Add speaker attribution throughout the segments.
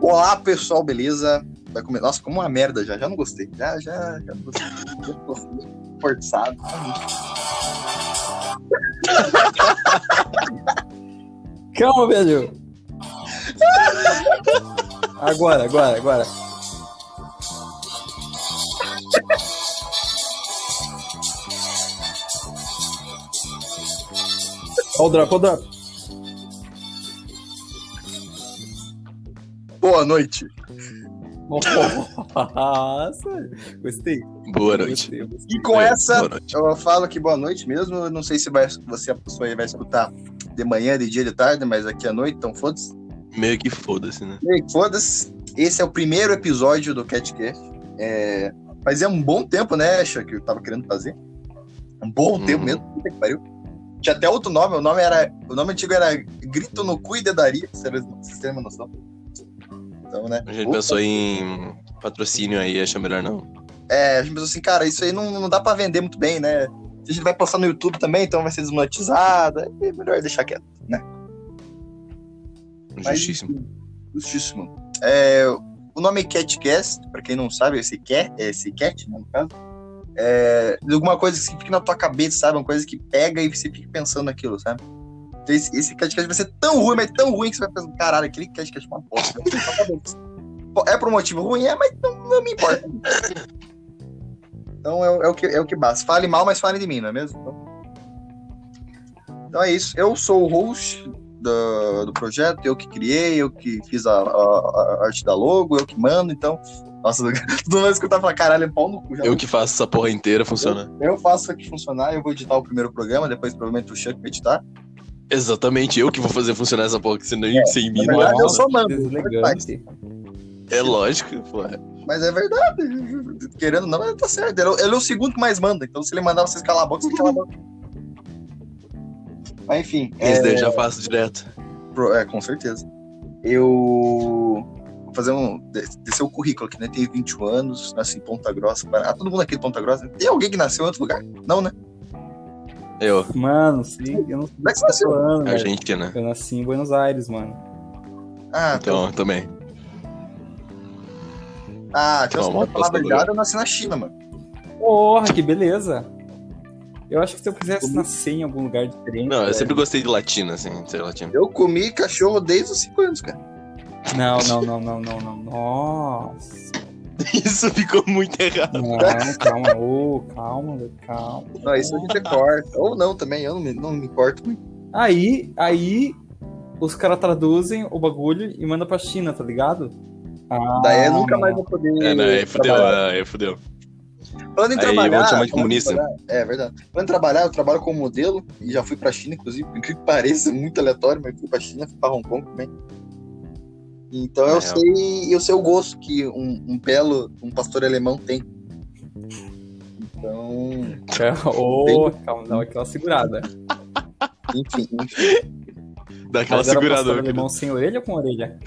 Speaker 1: Olá, pessoal, beleza? Vai comer. Nossa, como uma merda já. Já não gostei. Já, já, já não gostei. Já tô forçado.
Speaker 2: Calma, velho. Agora, agora, agora. Olha o drop, olha o drop.
Speaker 1: Boa noite.
Speaker 2: Nossa, gostei.
Speaker 3: Boa noite. É,
Speaker 2: Gostei, gostei.
Speaker 1: E com essa,
Speaker 3: Boa noite.
Speaker 1: eu falo que boa noite mesmo. Eu não sei se vai, você, é a pessoa aí vai escutar de manhã, de dia, de tarde, mas aqui à noite, então foda-se.
Speaker 3: Meio que foda-se, né?
Speaker 1: Ei, Foda-se. Esse é o primeiro episódio do CatCast. É... Fazia um bom tempo, né, Acha, que eu tava querendo fazer. Um bom
Speaker 3: Uhum.
Speaker 1: tempo mesmo. Puta que pariu. Tinha até outro nome. O nome, era... o nome antigo era Grito no Cu e Dedaria. pra Vocês vocês terem uma noção. Então, né?
Speaker 3: A gente
Speaker 1: Puta-
Speaker 3: pensou em patrocínio aí, acha melhor não.
Speaker 1: É, a gente pensou assim, cara, isso aí não, não dá pra vender muito bem, né? A gente vai postar no YouTube também, então vai ser desmonetizado. É melhor deixar quieto. Mas,
Speaker 3: Justíssimo.
Speaker 1: Justíssimo. É, o nome é CatCast, pra quem não sabe, esse cat, é esse cat, né, no caso. É, de alguma coisa que fica na tua cabeça, sabe? Uma coisa que pega e você fica pensando naquilo, sabe? Então, Esse, esse CatCast vai ser tão ruim, mas tão ruim que você vai pensar, caralho, aquele CatCast é uma bosta. vai ficar na tua cabeça." Pô, É por um motivo ruim, é, mas não, não me importa. Então é, o- é o que, é o que basta. Fale mal, mas fale de mim, não é mesmo? Então, então é isso. Eu sou o host do, do projeto, eu que criei, eu que fiz a, a- a arte da logo, eu que mando, então. Nossa, todo mundo escutar e falar, caralho, é pau no cu. já
Speaker 3: Eu que faço essa porra inteira funcionar.
Speaker 1: eu faço aqui funcionar, eu vou editar o primeiro programa, depois provavelmente o Chuck vai editar.
Speaker 3: Exatamente, eu que vou fazer funcionar essa porra, que você nem sem mim
Speaker 1: na
Speaker 3: não é.
Speaker 1: verdade, eu só mando.
Speaker 2: Deselegante.
Speaker 3: É lógico, porra.
Speaker 1: Mas é verdade, querendo ou não, mas tá certo. Ele, é o- ele é o segundo que mais manda, então se ele mandar vocês calar a boca, vocês calam a boca. Mas enfim, é,
Speaker 3: Esse daí eu já faço direto.
Speaker 1: Pro- É, com certeza. Eu. Vou fazer um. des- Descer o currículo aqui, né? Tenho 21 anos, nasci em Ponta Grossa. Paraná. Ah, todo mundo aqui é de Ponta Grossa. né? Tem alguém que nasceu em outro lugar? Não, né?
Speaker 3: Eu,
Speaker 2: Mano, sim, eu não sei
Speaker 1: Como é que você nasceu?
Speaker 2: falando, velho.
Speaker 3: Argentina.
Speaker 2: Eu nasci em Buenos Aires, mano.
Speaker 1: Ah,
Speaker 3: né? Então, eu também.
Speaker 1: então- ah, tinha
Speaker 3: então,
Speaker 1: uma
Speaker 3: vamos
Speaker 1: palavra
Speaker 3: pra
Speaker 1: errada, eu nasci na China, mano.
Speaker 2: Porra, que beleza. Eu acho que se eu quisesse nascer em algum lugar diferente.
Speaker 3: Não, eu
Speaker 2: velho.
Speaker 3: sempre gostei de latina, assim, de ser latino.
Speaker 1: Eu comi cachorro desde os 5 anos, cara.
Speaker 2: Não, não, não, não, não, não. Nossa.
Speaker 3: Isso ficou muito errado.
Speaker 2: Não, calma, ô, calma, velho, calma.
Speaker 1: Não, isso a gente é corta. Ou não também, eu não me, não me importo muito.
Speaker 2: Aí, aí, os caras traduzem o bagulho e mandam pra China, tá ligado? Ah,
Speaker 1: Daí eu nunca mais vou poder.
Speaker 3: É, não, aí fudeu,
Speaker 1: trabalhar.
Speaker 3: ah, aí fudeu.
Speaker 1: Falando em
Speaker 3: Aí
Speaker 1: trabalhar.
Speaker 3: vão te chamar de
Speaker 1: falando em
Speaker 3: comunista.
Speaker 1: trabalhar- É verdade. Falando em trabalhar, eu trabalho como modelo e já fui pra China, inclusive. Por incrível que pareça, muito aleatório, mas fui pra China, fui pra Hong Kong também. Então eu
Speaker 3: É.
Speaker 1: sei, eu sei o gosto que um, um belo, um pastor alemão tem. Então,
Speaker 2: Calma, Ah, é, ô, calma, dá aquela segurada.
Speaker 1: enfim, enfim.
Speaker 3: Dá aquela
Speaker 2: Mas era
Speaker 3: segurada.
Speaker 2: pastor alemão sem orelha ou com orelha?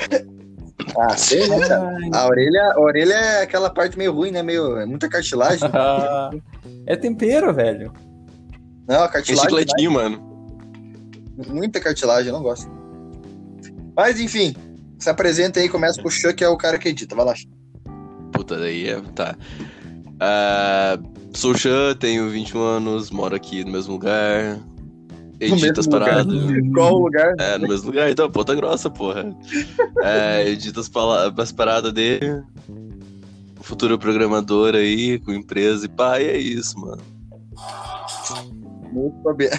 Speaker 1: Ah, sei, né, cara?
Speaker 2: Ai,
Speaker 1: A orelha, a orelha é aquela parte meio ruim, né? Meio, é muita cartilagem.
Speaker 2: Ah, é tempero, velho.
Speaker 1: Não, a
Speaker 3: É
Speaker 1: cartilagem. né?
Speaker 3: chicletinho, mano.
Speaker 1: Muita cartilagem, eu não gosto. Mas enfim, se apresenta aí, começa com o Chuck, é o cara que edita. Vai lá, Chuck.
Speaker 3: Puta, daí é. Tá. Ah, sou o Xan, tenho 21 anos, moro aqui no mesmo lugar. Edito
Speaker 1: mesmo
Speaker 3: as
Speaker 1: lugar.
Speaker 3: paradas.
Speaker 1: Qual o lugar?
Speaker 3: É, no mesmo lugar, então, ponta grossa, porra. É, edita as, pala- as paradas dele. Futuro programador aí, com empresa e pá, e é isso, mano.
Speaker 1: Muito bem.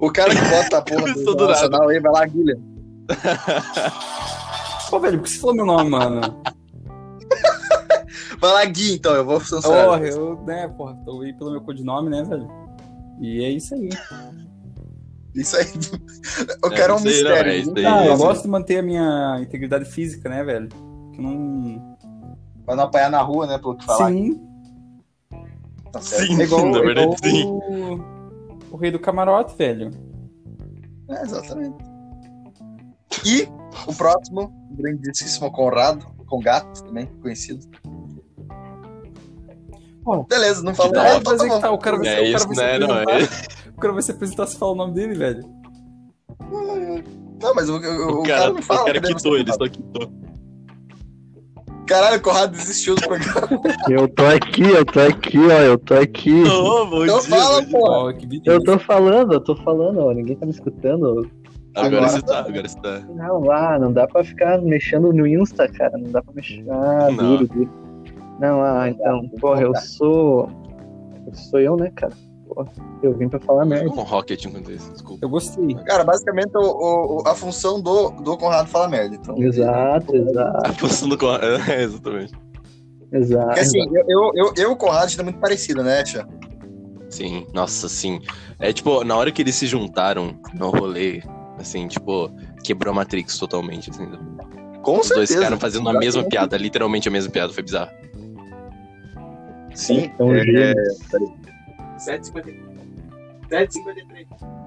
Speaker 1: O cara que bota a porra do
Speaker 3: Começou do
Speaker 1: internacional aí, vai lá, Guilherme.
Speaker 2: Pô, velho, por que você falou meu nome, mano?
Speaker 1: Vai lá, Gui, então, eu vou
Speaker 2: Porra,
Speaker 1: funcionar.
Speaker 2: eu, né, porra, tô aí pelo meu codinome, né, velho? E é isso aí.
Speaker 1: Isso aí. O
Speaker 3: É,
Speaker 1: cara é um
Speaker 3: não sei, não,
Speaker 1: mistério.
Speaker 3: é isso
Speaker 1: Ninguém
Speaker 3: aí.
Speaker 2: Ah,
Speaker 1: sabe.
Speaker 2: eu gosto de manter a minha integridade física, né, velho? Que não.
Speaker 1: Pra não apanhar na rua, né? Pelo que falar.
Speaker 2: Sim,
Speaker 1: Tá certo.
Speaker 3: Sim.
Speaker 2: é igual,
Speaker 3: Na
Speaker 2: é
Speaker 3: verdade,
Speaker 2: igual
Speaker 3: sim.
Speaker 2: O... o rei do camarote, velho.
Speaker 1: É, exatamente. E o próximo, o grandíssimo Conrado, com gato também, conhecido.
Speaker 2: Pô.
Speaker 1: Beleza, não fala
Speaker 3: Não,
Speaker 1: nada.
Speaker 2: é,
Speaker 1: Tá,
Speaker 2: mas é que
Speaker 1: bom.
Speaker 2: tá, o cara vai
Speaker 3: É
Speaker 2: ser- o cara
Speaker 3: isso,
Speaker 2: vai
Speaker 3: né?
Speaker 2: se
Speaker 3: Não, é
Speaker 2: apresentar. O cara vai se apresentar se falar o nome dele, velho.
Speaker 1: Não, mas o, o-
Speaker 3: O
Speaker 1: o
Speaker 3: cara,
Speaker 1: não
Speaker 3: o
Speaker 1: fala.
Speaker 3: cara
Speaker 1: né,
Speaker 3: quitou,
Speaker 1: você
Speaker 3: ele
Speaker 1: fala.
Speaker 3: só quitou.
Speaker 1: Caralho, o Conrado desistiu do programa.
Speaker 4: Eu tô aqui, eu tô aqui, ó, eu tô aqui.
Speaker 3: Ô, bom
Speaker 1: Então
Speaker 3: dia, bom
Speaker 1: fala,
Speaker 3: dia.
Speaker 1: pô.
Speaker 2: Ó, que
Speaker 4: Eu tô falando, eu tô falando, ó, ninguém tá me escutando.
Speaker 3: Agora
Speaker 1: Agora
Speaker 3: você tá, agora você tá.
Speaker 4: Não, ah, não dá pra ficar mexendo no Insta, cara, não dá pra mexer. Ah,
Speaker 3: Não.
Speaker 4: duro, duro. Não, ah, então, porra, eu sou. Eu sou eu, né, cara? Porra, eu vim pra falar merda.
Speaker 3: Com um Rocket enquanto isso, desculpa.
Speaker 2: Eu gostei.
Speaker 1: Cara, basicamente o- o- o- a função do, do Conrado fala merda. Então,
Speaker 4: Exato, exato,
Speaker 3: A função do Conrad. É, exatamente.
Speaker 4: exato.
Speaker 1: Porque assim, eu, eu, eu, eu e o Conrado a gente é muito parecido, né, Tia?
Speaker 3: Sim, nossa, sim. É tipo, na hora que eles se juntaram no rolê, assim, tipo, quebrou a Matrix totalmente, assim.
Speaker 1: Com
Speaker 3: Os dois ficaram fazendo a mesma
Speaker 1: Exatamente.
Speaker 3: piada, literalmente a mesma piada, foi bizarro.
Speaker 1: Sim.
Speaker 4: Então,
Speaker 1: é,
Speaker 4: gêmeos.
Speaker 1: 7h53. 7h53.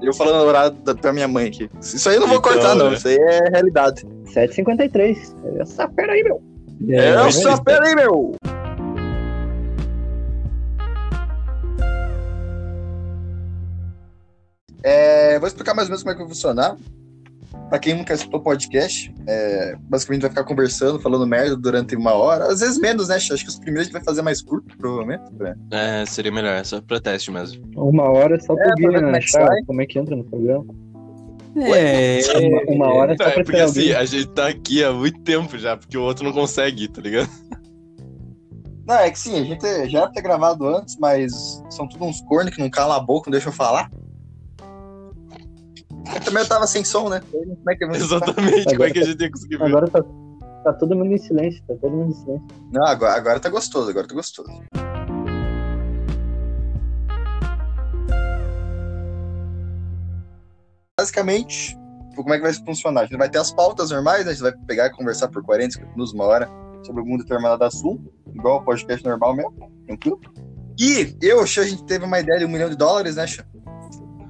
Speaker 1: Eu falando o horário da, pra minha mãe aqui. Isso aí eu não vou
Speaker 3: Então,
Speaker 1: cortar, não.
Speaker 3: né?
Speaker 1: Isso aí é realidade.
Speaker 4: 7h53. Essa pera aí, meu.
Speaker 1: É,
Speaker 4: É,
Speaker 1: Nossa, pera aí, meu! É, vou explicar mais ou menos como é que vai funcionar. Pra quem nunca escutou podcast, é, basicamente vai ficar conversando, falando merda durante uma hora. Às vezes menos, né? Acho que os primeiros a gente vai fazer mais curto, provavelmente. né?
Speaker 3: É, seria melhor, só pra teste mesmo.
Speaker 4: Uma hora só pro
Speaker 1: pra ver
Speaker 4: Guilherme
Speaker 1: como é que
Speaker 4: achar
Speaker 1: sai.
Speaker 4: como é que entra no programa.
Speaker 2: É,
Speaker 4: Uma, uma hora só
Speaker 3: Não, é
Speaker 4: pra
Speaker 3: porque
Speaker 4: ter
Speaker 3: assim,
Speaker 4: alguém.
Speaker 3: a gente tá aqui há muito tempo já, porque o outro não consegue, tá ligado?
Speaker 1: Não, é que sim, a gente já era pra ter gravado antes, mas são tudo uns cornos que não cala a boca, não deixa eu falar. Eu também eu tava sem som, né? Como é que eu vou escutar?
Speaker 3: Exatamente, como é que a gente ia conseguir ver?
Speaker 4: Agora tá, tá todo mundo em silêncio, tá todo mundo em silêncio.
Speaker 1: Não, agora, agora tá gostoso, agora tá gostoso. Basicamente, como é que vai funcionar? A gente vai ter as pautas normais, né? a gente vai pegar e conversar por 40, 50 minutos, uma hora, sobre algum determinado assunto, igual o podcast normal mesmo, tranquilo. E eu, Xê, a gente teve uma ideia de um milhão de dólares, né, Xê?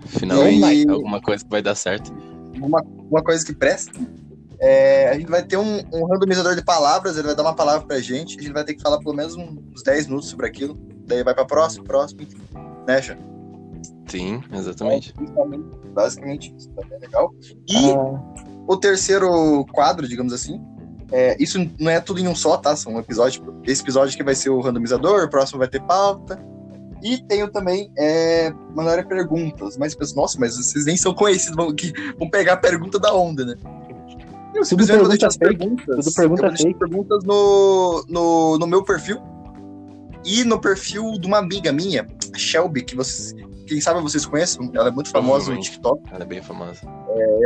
Speaker 3: Finalmente,
Speaker 1: Não, mas-
Speaker 3: alguma coisa que vai dar certo.
Speaker 1: uma, uma coisa que presta. É, a gente vai ter um, um randomizador de palavras, ele vai dar uma palavra pra gente, a gente vai ter que falar pelo menos um, uns 10 minutos sobre aquilo, daí vai pra próximo, próximo, enfim. né, Jean?
Speaker 3: Sim, exatamente.
Speaker 1: Basicamente isso, tá bem legal. E
Speaker 4: Ah,
Speaker 1: o terceiro quadro, digamos assim, é, isso não é tudo em um só, tá? São um episódio, esse episódio aqui vai ser o randomizador, o próximo vai ter pauta. E tenho também é, mandar perguntas. Mas penso, nossa, mas vocês nem são conhecidos, vão, que, vão pegar a pergunta da onda, né? Eu simplesmente vou
Speaker 4: pergunta
Speaker 1: deixar as
Speaker 4: fake,
Speaker 1: perguntas.
Speaker 4: tudo pergunta
Speaker 1: eu vou deixar
Speaker 4: fake.
Speaker 1: perguntas no, no, no meu perfil e no perfil de uma amiga minha, a Shelby, que vocês. Quem sabe vocês conhecem, ela é muito famosa no
Speaker 3: Provavelmente.
Speaker 1: TikTok.
Speaker 3: Ela é bem famosa.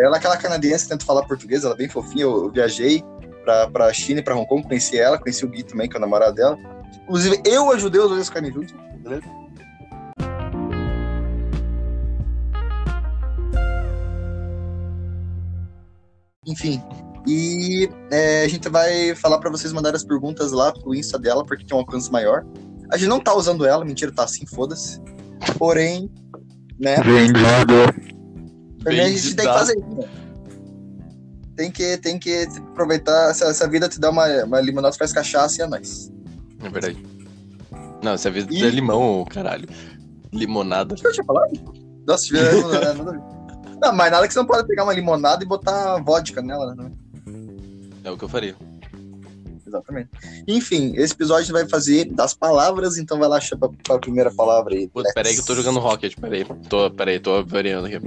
Speaker 1: Ela é aquela canadense que tenta falar português, ela é bem fofinha. Eu, eu viajei pra, pra China e pra Hong Kong, conheci ela, conheci o Gui também, que é o namorado dela. Inclusive, eu ajudei os dois a ficarem juntos, beleza? Enfim, e é, a gente vai falar pra vocês mandarem as perguntas lá pro Insta dela, porque tem um alcance maior. A gente não tá usando ela, mentira, tá assim, foda-se. Porém, né?
Speaker 4: Vendido.
Speaker 1: Também a gente tem que
Speaker 3: Vendidado.
Speaker 1: fazer isso, né? Tem que, tem que aproveitar, se a, se a vida te dá uma, uma limonada, tu faz cachaça e é nóis.
Speaker 3: É verdade. Não, se a vida
Speaker 1: E-
Speaker 3: é limão, caralho. Limonada.
Speaker 1: O que eu tinha falado? Nossa, já, é né? nada, nada a ver. Não, mas nada que você não pode pegar uma limonada e botar vodka nela, né?
Speaker 3: É o que eu faria.
Speaker 1: Exatamente. Enfim, esse episódio a gente vai fazer das palavras, então vai lá achar pra, pra primeira palavra aí.
Speaker 3: Puta, peraí que eu tô jogando Rocket, peraí. Tô, peraí, tô variando aqui.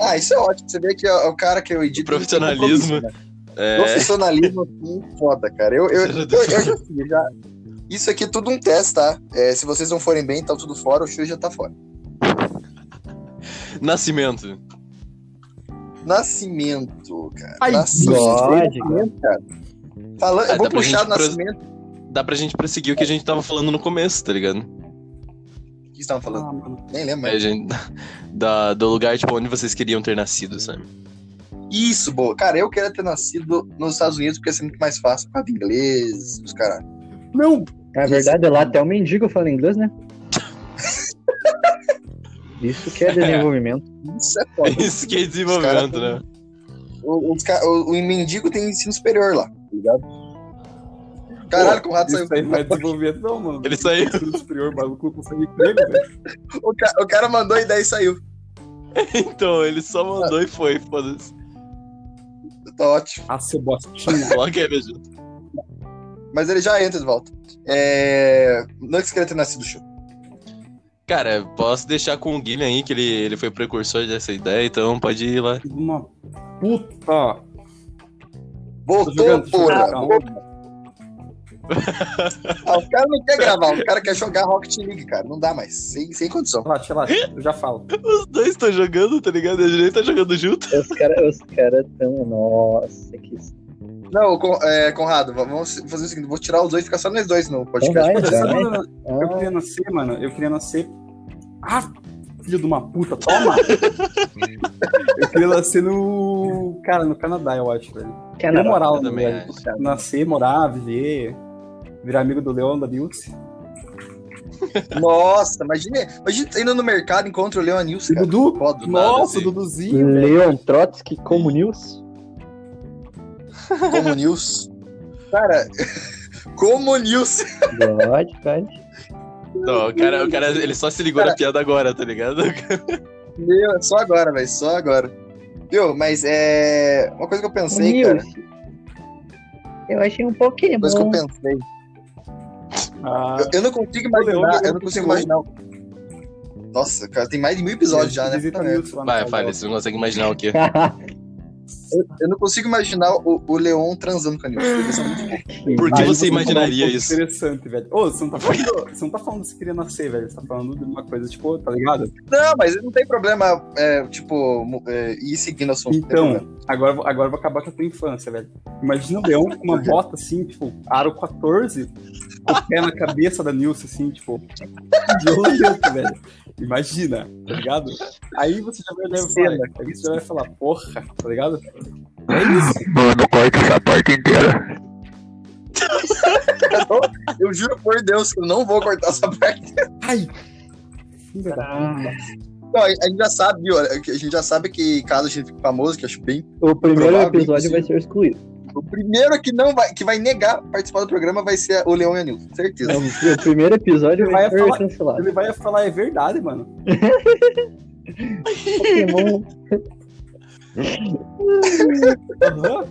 Speaker 1: Ah, isso é ótimo. Você vê que é o cara que eu edito.
Speaker 3: O profissionalismo.
Speaker 1: Né?
Speaker 3: É,
Speaker 1: Profissionalismo assim, foda, cara. Eu, eu, eu, eu já fiz, já. Isso aqui é tudo um teste, tá? É, se vocês não forem bem, tá tudo fora, o Chu já tá fora.
Speaker 3: nascimento.
Speaker 1: Nascimento, cara.
Speaker 2: Ai,
Speaker 1: nascimento.
Speaker 4: lógico.
Speaker 1: Nascimento, cara. Falando,
Speaker 3: Ah,
Speaker 1: eu vou
Speaker 3: dá pra
Speaker 1: puxar
Speaker 3: gente
Speaker 1: o
Speaker 3: pros-
Speaker 1: nascimento. O
Speaker 3: Dá pra gente prosseguir o que a gente tava falando no começo, tá ligado?
Speaker 1: que vocês estavam falando?
Speaker 2: Ah, mano.
Speaker 1: Nem lembro.
Speaker 3: É,
Speaker 1: mais.
Speaker 3: a gente, da, do lugar, tipo, onde vocês queriam ter nascido, sabe?
Speaker 1: Isso, boa. Cara, eu queria ter nascido nos Estados Unidos porque ia ser muito mais fácil por causa do inglês, os caras.
Speaker 2: Não!
Speaker 4: Na É verdade, lá até o mendigo fala inglês, né? Isso que é desenvolvimento.
Speaker 1: Isso é
Speaker 3: É
Speaker 1: foda.
Speaker 3: isso que é desenvolvimento,
Speaker 1: Os caras
Speaker 3: né?
Speaker 1: o, os ca- o, o mendigo tem ensino superior lá, tá ligado? Caralho, com o rato saiu.
Speaker 2: Isso aí não é desenvolvimento, não, mano.
Speaker 3: Ele saiu.
Speaker 2: Ensino superior, maluco, consegue emprego, velho.
Speaker 1: O, ca- o cara mandou e daí saiu.
Speaker 3: Então, ele só mandou e foi, foda-se.
Speaker 1: Tá ótimo.
Speaker 2: Ah, seu bostinha.
Speaker 3: Coloca ele junto.
Speaker 1: Mas ele já entra de volta. É... Não é que você queria ter nascido show.
Speaker 3: Cara, posso deixar com o Guilherme aí, que ele, ele foi precursor dessa ideia, então pode ir lá.
Speaker 2: Filho de Uma puta.
Speaker 1: Voltou,
Speaker 2: jogando, tô
Speaker 1: porra!
Speaker 2: jogando.
Speaker 1: Voltou. Ah, o cara não quer gravar, o cara quer jogar Rocket League, cara. Não dá mais, sem, sem condição.
Speaker 2: Relaxa, relaxa. Eu já falo.
Speaker 3: Os dois estão jogando, tá ligado? A gente tá jogando junto.
Speaker 4: Os caras os cara tão. Nossa, que.
Speaker 1: Não, Con- é, Conrado, va- vamos fazer o seguinte: vou tirar os dois e ficar só nós dois no
Speaker 4: Não
Speaker 1: podcast.
Speaker 4: vai,
Speaker 2: Mas
Speaker 4: já.
Speaker 2: sabe quando eu- Eu
Speaker 4: Ah,
Speaker 2: queria nascer, mano. Eu queria nascer. Ah, filho de uma puta, toma! eu queria nascer no. Cara, no Canadá, eu acho, velho. Na
Speaker 4: Canadá.
Speaker 2: moral,
Speaker 3: eu também né?
Speaker 2: velho.
Speaker 3: acho.
Speaker 2: Nascer, morar, viver. Virar amigo do Leon, da Nilce.
Speaker 1: Nossa, imagina, imagina você indo no mercado, encontra o Leon Nilson,
Speaker 2: E
Speaker 1: cara.
Speaker 2: Dudu.
Speaker 1: Foda.
Speaker 3: Do nada,
Speaker 2: Nossa,
Speaker 3: assim.
Speaker 2: Duduzinho.
Speaker 4: Leon Trotsky como news?
Speaker 1: Como News. Cara, como News.
Speaker 4: Pode, pode.
Speaker 3: Não, o cara, o cara ele só se ligou
Speaker 1: Cara-
Speaker 3: na piada agora, tá ligado?
Speaker 1: Meu, só agora, velho, só agora. Viu? Mas é. Uma coisa que eu pensei, cara.
Speaker 4: News. Eu achei um Pokémon.
Speaker 1: Uma coisa que eu pensei.
Speaker 2: Ah,
Speaker 1: Eu, eu não consigo
Speaker 2: Ô, Leon,
Speaker 1: imaginar. Eu
Speaker 2: jogou
Speaker 1: não consigo
Speaker 2: Pokémon.
Speaker 1: imaginar. Nossa, cara, tem mais de mil episódios já, né?
Speaker 2: visita
Speaker 1: Puta
Speaker 2: a
Speaker 1: merda.
Speaker 2: Nilce lá na
Speaker 3: Vai,
Speaker 2: casa
Speaker 3: fale,
Speaker 2: dela.
Speaker 3: você não consegue imaginar o quê?
Speaker 1: Eu não consigo imaginar o, o Leon transando com a Nilson.
Speaker 3: Por que
Speaker 2: Aí
Speaker 3: você
Speaker 2: eu vou falar
Speaker 3: imaginaria
Speaker 2: um pouco
Speaker 3: isso?
Speaker 2: Interessante, velho. Ô, você não tá falando, você não tá falando que você queria nascer, velho. Você tá falando de uma coisa, tipo, tá ligado?
Speaker 1: não, mas não tem problema, é, tipo, mu- é, ir seguindo o assunto. não tem problema.
Speaker 2: Então, agora, eu vou- agora eu vou acabar com a tua infância, velho. Imagina o Leão com uma bota assim, tipo, aro 14, com o pé na cabeça da Nilce, assim, tipo, violento, velho. Imagina, tá ligado? Aí você já vai olhar e vai falar, aí você já vai falar, porra, tá ligado? É isso.
Speaker 5: Mano, corta essa parte inteira.
Speaker 1: Eu, não- eu juro por Deus que eu não vou cortar essa parte.
Speaker 2: Ai! Filha da puta.
Speaker 1: Não, a, a gente já sabe, viu? A gente já sabe que caso a gente fique famoso, que eu acho bem.
Speaker 4: O primeiro
Speaker 1: Provável,
Speaker 4: episódio vai ser excluído.
Speaker 1: O primeiro que não vai, que vai negar participar do programa vai ser o Leon e a Nilson, certeza.
Speaker 4: Não, O primeiro episódio
Speaker 2: Vai
Speaker 4: vai ser
Speaker 2: falar-
Speaker 4: cancelado.
Speaker 2: Ele vai falar, é verdade, mano.
Speaker 4: Um Pokémon.
Speaker 2: Aham.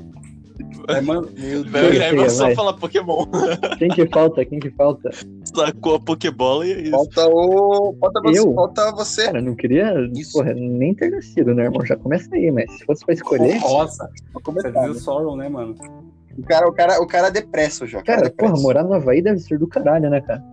Speaker 2: Aí, mano,
Speaker 3: Vai, o Guilherme
Speaker 4: Vai.
Speaker 3: é, só falar Pokémon.
Speaker 4: Quem que falta? Quem que falta?
Speaker 3: Sacou a Pokébola e é isso.
Speaker 1: Falta o. Falta você.
Speaker 4: Eu?
Speaker 1: Falta você.
Speaker 4: Cara, eu não queria
Speaker 1: Isso.
Speaker 4: porra, nem ter nascido, né, irmão? Já começa aí, mas se fosse pra
Speaker 1: É
Speaker 4: escolher.
Speaker 2: Nossa,
Speaker 1: Pra
Speaker 2: você
Speaker 1: começar,
Speaker 2: diz o
Speaker 1: né?
Speaker 2: Sauron, né, mano?
Speaker 1: O cara, o cara, o cara é depresso já. o
Speaker 4: Cara,
Speaker 1: é depresso.
Speaker 4: porra, morar no Havaí deve ser do caralho, né, cara?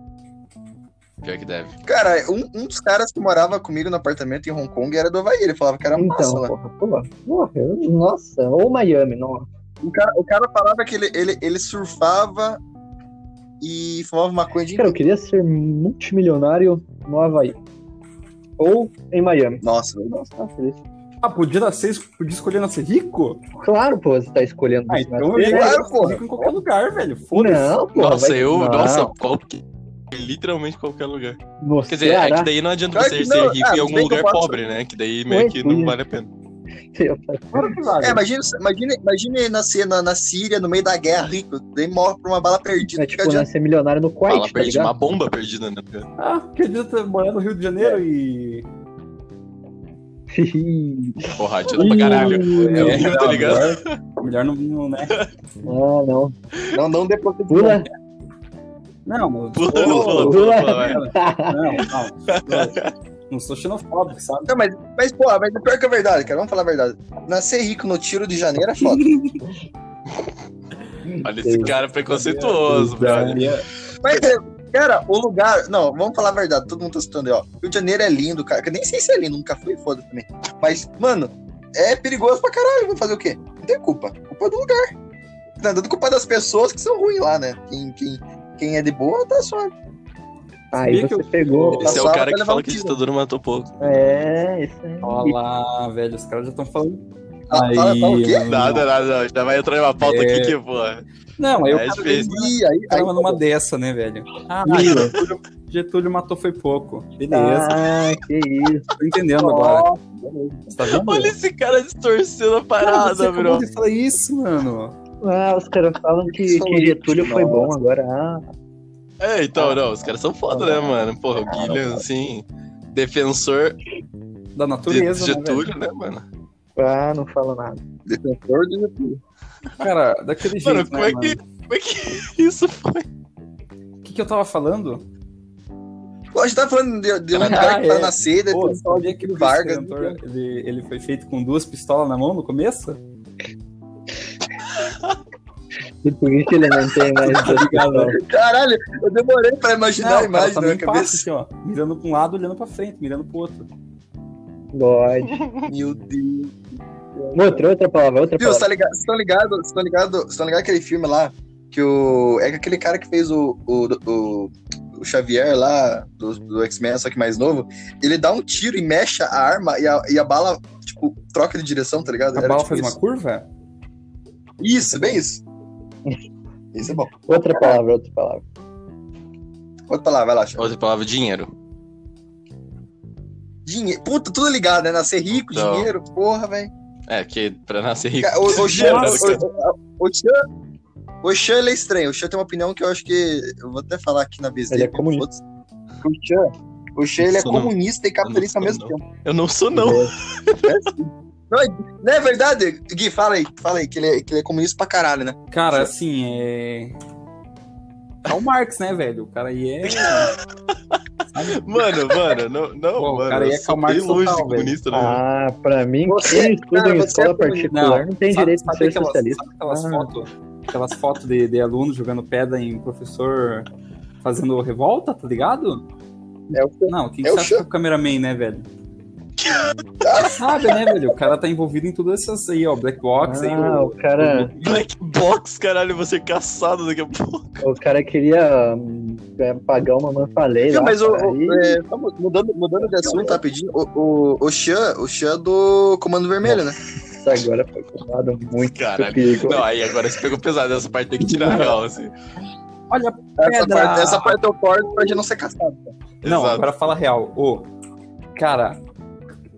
Speaker 3: Pior que deve.
Speaker 1: Cara, um, um dos caras que morava comigo no apartamento em Hong Kong era do Havaí. Ele falava que era massa
Speaker 4: Então,
Speaker 1: lá.
Speaker 4: porra, porra, porra, eu- nossa, ou Miami, não.
Speaker 1: O cara, o cara falava que ele, ele, ele surfava e fumava maconha de
Speaker 4: Cara, eu queria ser multimilionário no Havaí. Ou em Miami.
Speaker 1: Nossa, velho.
Speaker 4: Nossa, tá feliz.
Speaker 2: Ah, podia nascer, podia escolher nascer rico?
Speaker 4: Claro, pô, você tá escolhendo
Speaker 2: Ah,
Speaker 4: isso, né?
Speaker 2: então eu ia
Speaker 1: Claro,
Speaker 2: eu
Speaker 1: porra.
Speaker 2: fico em qualquer lugar, velho. Foda-se.
Speaker 4: Não, porra.
Speaker 3: nossa,
Speaker 4: vai-
Speaker 3: eu.
Speaker 4: não.
Speaker 3: Nossa, qualquer. Literalmente qualquer lugar.
Speaker 4: No
Speaker 3: Quer dizer, é que
Speaker 4: Ceará,
Speaker 3: daí não adianta
Speaker 1: Claro
Speaker 3: você
Speaker 1: que
Speaker 3: ser
Speaker 1: não, ah,
Speaker 3: rico em
Speaker 1: tudo
Speaker 3: algum
Speaker 1: bem que eu
Speaker 3: lugar
Speaker 1: posso.
Speaker 3: pobre, né? Que daí meio
Speaker 4: Ué,
Speaker 3: que não
Speaker 4: pois é.
Speaker 3: vale a pena.
Speaker 4: eu-
Speaker 2: Claro que vale.
Speaker 1: É, imagina, imagina, imagina ele nascer na, na Síria, no meio da guerra, rico, daí morre por uma bala perdida.
Speaker 4: é
Speaker 1: fica
Speaker 4: tipo,
Speaker 1: adiantado.
Speaker 4: nascer milionário no
Speaker 3: Fala,
Speaker 4: Kuwait, tá
Speaker 3: perdi
Speaker 4: ligado?
Speaker 3: uma bomba perdida, né? cara?
Speaker 2: Ah, porque adianta morar no Rio de Janeiro e.
Speaker 3: Porra, adianta pra caralho.
Speaker 4: Ih,
Speaker 3: É, tá ligado?
Speaker 2: Melhor não, não, né?
Speaker 4: Não, não.
Speaker 1: Não, não dê pra
Speaker 4: Pula.
Speaker 2: Não, mas.
Speaker 3: Pula,
Speaker 2: Ô,
Speaker 3: pula, pula, pula, vai.
Speaker 2: Não, não. Não sou xenofóbico, sabe?
Speaker 1: Não, mas, mas, pô, mas o pior que é verdade, cara. Vamos falar a verdade. Nascer rico no tiro de janeiro é foda.
Speaker 3: Olha esse cara
Speaker 2: Então,
Speaker 3: preconceituoso, brother.
Speaker 1: mas, é, cara, o lugar. Não, vamos falar a verdade. Todo mundo tá citando aí, ó. Rio de Janeiro é lindo, cara. que eu nem sei se é lindo, nunca fui, foda também. Mas, mano, é perigoso pra caralho. Vou fazer o quê? Não tem culpa. Culpa é do lugar. Tá dando culpa das pessoas que são ruins lá, né? Quem, quem, quem é de boa tá só.
Speaker 4: Aí
Speaker 2: Sabia que
Speaker 4: você
Speaker 2: eu-
Speaker 4: pegou.
Speaker 3: Esse é o
Speaker 1: Passava
Speaker 3: cara
Speaker 1: pra
Speaker 3: que
Speaker 1: levar
Speaker 3: fala
Speaker 1: um
Speaker 3: que
Speaker 1: tiro.
Speaker 3: ditadura matou pouco.
Speaker 4: É, isso aí.
Speaker 2: Olha lá, velho. Os caras já estão falando.
Speaker 1: Fala-
Speaker 2: Ah, Aí,
Speaker 1: fala- fala Tá, o quê?
Speaker 2: mano.
Speaker 3: Nada, nada, não. Já vai entrar numa
Speaker 4: É.
Speaker 3: pauta aqui que, porra.
Speaker 2: Não, aí eu
Speaker 3: É
Speaker 2: cara
Speaker 3: difícil.
Speaker 1: Ih, aí, aí,
Speaker 2: tava numa dessa, né, velho? Ah, Getúlio, Getúlio matou foi pouco. Beleza.
Speaker 4: Ah, que isso.
Speaker 2: Tô entendendo agora. Você tá vendo?
Speaker 3: Olha esse cara distorcendo a
Speaker 2: Cara,
Speaker 4: é
Speaker 2: você
Speaker 3: parada,
Speaker 2: acabou
Speaker 3: bro.
Speaker 2: de falar isso, mano.
Speaker 4: Ah, os caras falam que,
Speaker 1: Isso
Speaker 4: que Getúlio foi
Speaker 1: nossa.
Speaker 4: bom agora. Ah,
Speaker 3: É,
Speaker 2: Ah,
Speaker 3: então, não, os caras são foda, né, mano? Porra, o Guilherme, assim, defensor
Speaker 2: Da
Speaker 3: de
Speaker 2: natureza, né, velho?
Speaker 3: Getúlio, né, mano?
Speaker 4: ah, não fala nada.
Speaker 1: defensor do Getúlio.
Speaker 2: Cara, daquele jeito,
Speaker 3: Mano, como
Speaker 2: né,
Speaker 3: é que. Como é que isso foi?
Speaker 2: O que, que eu tava falando?
Speaker 1: Pô, A gente tá falando de, de um
Speaker 2: Ah,
Speaker 1: cara que
Speaker 2: é.
Speaker 1: tá na seda,
Speaker 2: Pô,
Speaker 1: tem-
Speaker 2: você sabia que o
Speaker 1: Vargas,
Speaker 2: Vargas ele, ele foi feito com duas pistolas na mão no começo?
Speaker 4: E por que, que ele não tem mais dois
Speaker 2: Obrigado.
Speaker 1: Caralho, eu demorei pra imaginar a
Speaker 2: o Tá cara
Speaker 1: imagem
Speaker 2: tá
Speaker 1: na
Speaker 2: meio
Speaker 1: minha
Speaker 2: em passo,
Speaker 1: cabeça.
Speaker 2: assim, ó, mirando pra um lado, olhando pra frente, mirando pro outro.
Speaker 4: bigode?
Speaker 1: Meu Deus.
Speaker 4: Outra, outra palavra, outra
Speaker 1: Viu, tá vocês
Speaker 4: palavra.
Speaker 1: estão ligados? Vocês estão ligados? Vocês estão ligados? Vocês estão ligados tá aquele filme lá? Que o. É aquele cara que fez o. o, o, o Xavier lá, do, do X-Men, só que mais novo. Ele dá um tiro e mexe a arma e a, e a bala, tipo, troca de direção, tá ligado?
Speaker 2: A
Speaker 1: Era,
Speaker 2: bala
Speaker 1: tipo,
Speaker 2: faz
Speaker 1: isso.
Speaker 2: uma curva?
Speaker 1: Isso, bem isso. Isso é bom.
Speaker 4: Outra palavra, outra palavra.
Speaker 1: Outra lá, vai lá, Xavier.
Speaker 3: Outra palavra, dinheiro.
Speaker 1: Dinheiro. Puta, tudo ligado, né? Nascer rico,
Speaker 3: Então.
Speaker 1: dinheiro, porra, velho.
Speaker 3: É, que pra nascer rico.
Speaker 1: Ca- O, o, Xan,
Speaker 3: Nossa.
Speaker 1: o, o, o Xan- o Xan, ele é estranho. O Xan tem uma opinião que eu acho que. Eu vou até falar aqui na vez
Speaker 4: Ele
Speaker 1: dele.
Speaker 4: é comunista.
Speaker 1: foda-se. O Xan. O Xan, ele é
Speaker 3: Isso não.
Speaker 1: comunista e capitalista ao
Speaker 3: Não,
Speaker 1: mesmo
Speaker 3: não.
Speaker 1: tempo.
Speaker 3: Eu não sou, não.
Speaker 1: Não é verdade, Gui? Fala aí, fala aí, que ele, é, que ele é comunista pra caralho, né?
Speaker 2: Cara, assim, é. É o Marx, né, velho? O cara aí é.
Speaker 3: Mano, mano, não, não
Speaker 2: Pô, o
Speaker 3: mano.
Speaker 2: cara
Speaker 3: eu
Speaker 2: ia
Speaker 3: sou
Speaker 2: acalmar
Speaker 3: bem
Speaker 2: isso
Speaker 3: longe
Speaker 2: total,
Speaker 3: de
Speaker 2: velho.
Speaker 3: comunista, né?
Speaker 4: Ah, pra mim,
Speaker 1: Você-
Speaker 4: quem estuda
Speaker 1: cara,
Speaker 4: em
Speaker 1: você é
Speaker 4: escola
Speaker 1: comunista.
Speaker 4: particular não, tem
Speaker 2: Sabe-
Speaker 4: direito de
Speaker 2: sabe
Speaker 4: ser
Speaker 2: aquelas,
Speaker 4: socialista.
Speaker 2: sabe aquelas
Speaker 4: Ah.
Speaker 2: fotos aquelas foto de, de aluno jogando pedra em professor fazendo revolta, tá ligado?
Speaker 1: É o Xan.
Speaker 2: Não, quem
Speaker 1: É o
Speaker 2: que você acha
Speaker 1: Chan.
Speaker 2: que é o cameraman, né, velho? Sabe, né, velho? O cara tá envolvido em tudo essas aí, ó. Black Box aí.
Speaker 4: Ah,
Speaker 2: o-
Speaker 4: o cara,
Speaker 3: Black Box, caralho, você é caçado daqui a pouco.
Speaker 4: o cara queria hum, pagar uma manfaleira.
Speaker 1: Viu, mas o,
Speaker 4: cara,
Speaker 1: o-
Speaker 4: aí-
Speaker 1: é, só mudando, mudando de assunto rapidinho, o, o, o Xan, o Xan do Comando Vermelho, né?
Speaker 4: Isso agora foi colado muito
Speaker 3: Caralho.
Speaker 4: perigo.
Speaker 3: Não, aí agora você pegou pesado, essa parte tem que tirar a real, assim.
Speaker 2: Olha,
Speaker 1: Essa
Speaker 2: Pedra.
Speaker 1: parte, essa parte eu corto pra gente não ser caçado.
Speaker 2: Não,
Speaker 3: Exato.
Speaker 2: agora fala real. Ô, cara,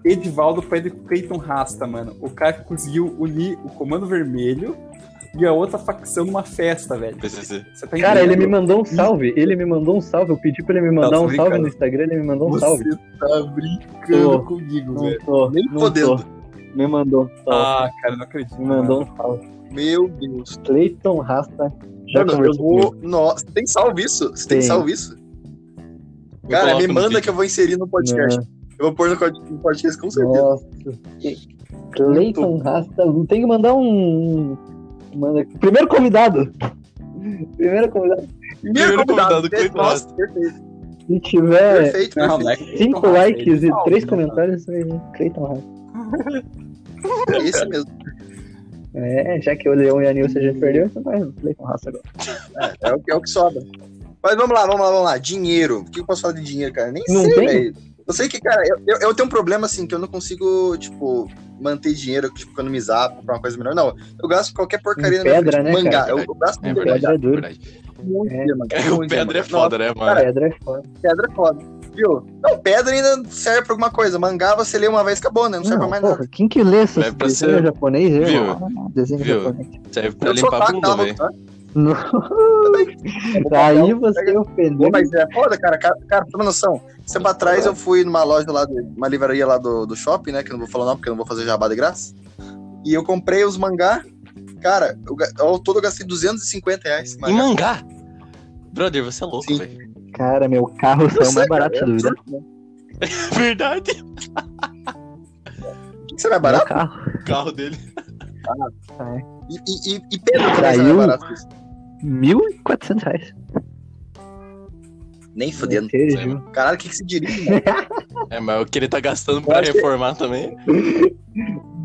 Speaker 2: Edivaldo pede pro Cleiton Rasta, mano. O cara que conseguiu unir o Comando Vermelho e a outra facção numa festa, velho.
Speaker 3: PCC.
Speaker 2: Você tá
Speaker 4: Cara, ele
Speaker 2: entendendo?
Speaker 4: me mandou um salve. Ele me mandou um salve. Eu pedi pra ele me mandar
Speaker 2: Tá
Speaker 4: um salve
Speaker 2: brincando.
Speaker 4: no Instagram, ele me mandou um
Speaker 2: Você
Speaker 4: salve.
Speaker 2: tá brincando
Speaker 4: Tô.
Speaker 2: comigo,
Speaker 4: Não
Speaker 2: velho.
Speaker 4: tô,
Speaker 1: Nem
Speaker 4: não
Speaker 1: podendo.
Speaker 4: tô. Me mandou um salve.
Speaker 2: Ah, cara, não acredito.
Speaker 4: me mandou um salve.
Speaker 1: Meu Deus.
Speaker 4: Cleiton Rasta. Já
Speaker 1: Mano, eu
Speaker 4: conversou comigo.
Speaker 1: vou. Nossa, tem salvo isso? Você tem
Speaker 4: Tem.
Speaker 1: salvo isso?
Speaker 3: Eu
Speaker 1: Cara,
Speaker 3: coloco
Speaker 1: me
Speaker 3: no
Speaker 1: manda
Speaker 3: feed.
Speaker 1: que eu vou inserir no podcast. Eu vou pôr no co- no podcast com certeza.
Speaker 4: É. Nossa. que- Cleiton Rasta. Tem que mandar um. Manda... Primeiro convidado. Primeiro convidado.
Speaker 3: Primeiro convidado, Cleiton
Speaker 1: Nossa, perfeito,
Speaker 4: Se tiver
Speaker 1: perfeito.
Speaker 2: Não,
Speaker 1: perfeito.
Speaker 2: não é Cleiton
Speaker 4: cinco
Speaker 2: Rasta,
Speaker 4: likes e
Speaker 2: Edivaldo,
Speaker 4: três
Speaker 2: né,
Speaker 4: comentários, aí, Cleiton Rasta.
Speaker 1: Esse mesmo.
Speaker 4: É, já que o Leão e a Nilce a gente perdeu, então vai no Cleiton Rasta agora.
Speaker 1: É o, que- é o que sobra. Mas vamos lá, vamos lá, vamos lá. Dinheiro. O que eu posso falar de dinheiro, cara? Nem
Speaker 4: Não
Speaker 1: sei,
Speaker 4: tem?
Speaker 1: velho. Eu sei que, cara, eu, eu, eu tenho um problema, assim, que eu não consigo, tipo, manter dinheiro, tipo, economizar, comprar uma coisa melhor. Não, eu gasto qualquer porcaria na
Speaker 4: Em
Speaker 1: minha
Speaker 4: pedra,
Speaker 1: frente.
Speaker 4: né,
Speaker 1: mangá.
Speaker 3: cara?
Speaker 1: Eu, eu gasto
Speaker 3: É
Speaker 1: muito
Speaker 3: verdade,
Speaker 4: Pedra é
Speaker 3: é
Speaker 4: duro.
Speaker 3: verdade.
Speaker 1: dinheiro, mano.
Speaker 3: Cara, o
Speaker 1: Muito
Speaker 3: pedra é
Speaker 1: dinheiro, mano.
Speaker 3: foda, né, mano?
Speaker 4: Pedra é foda.
Speaker 1: Pedra é foda. Viu? Não, pedra ainda serve pra alguma coisa. Mangá você lê uma vez, acabou, né? Não serve pra mais nada.
Speaker 4: porra, quem que lê esses
Speaker 3: É pra
Speaker 4: desenhos
Speaker 3: ser-
Speaker 4: japonês? Eu,
Speaker 3: Viu?
Speaker 4: ah, desenho
Speaker 3: Viu?
Speaker 4: japonês.
Speaker 3: Serve pra
Speaker 1: Eu sou
Speaker 3: limpar a
Speaker 1: otaku,
Speaker 3: bunda,
Speaker 1: tá?
Speaker 3: velho.
Speaker 4: Aí você
Speaker 1: Pô,
Speaker 4: ofendeu.
Speaker 1: mas é foda, cara. Cara, cara toma noção. Tempo atrás eu fui numa loja lá, do- uma livraria lá do, do shopping, né? Que eu não vou falar não, porque eu não vou fazer jabá de graça. E eu comprei os mangá. Cara, eu, ga- ao todo eu gastei 250 reais. em
Speaker 3: Em
Speaker 1: Mangá.
Speaker 3: mangá? Brother, você é louco,
Speaker 1: Sim.
Speaker 3: velho.
Speaker 4: Cara, meu carro
Speaker 1: Eu
Speaker 4: saiu
Speaker 1: sei, cara,
Speaker 4: mais barato,
Speaker 1: é
Speaker 4: sem dúvida.
Speaker 1: absurdo, né?
Speaker 3: Verdade.
Speaker 1: Isso não é
Speaker 4: Meu
Speaker 1: barato?
Speaker 4: carro.
Speaker 3: O carro dele.
Speaker 1: E, e, e, e Pedro também
Speaker 4: Saiu?
Speaker 1: isso não é barato. isso.
Speaker 4: 1.400 reais.
Speaker 1: Nem fudendo.
Speaker 4: Aquele
Speaker 3: Sei,
Speaker 4: jogo.
Speaker 1: Caralho, o que, que se dirige, mano?
Speaker 3: É, mas o que ele tá gastando pra
Speaker 1: acho
Speaker 3: reformar também.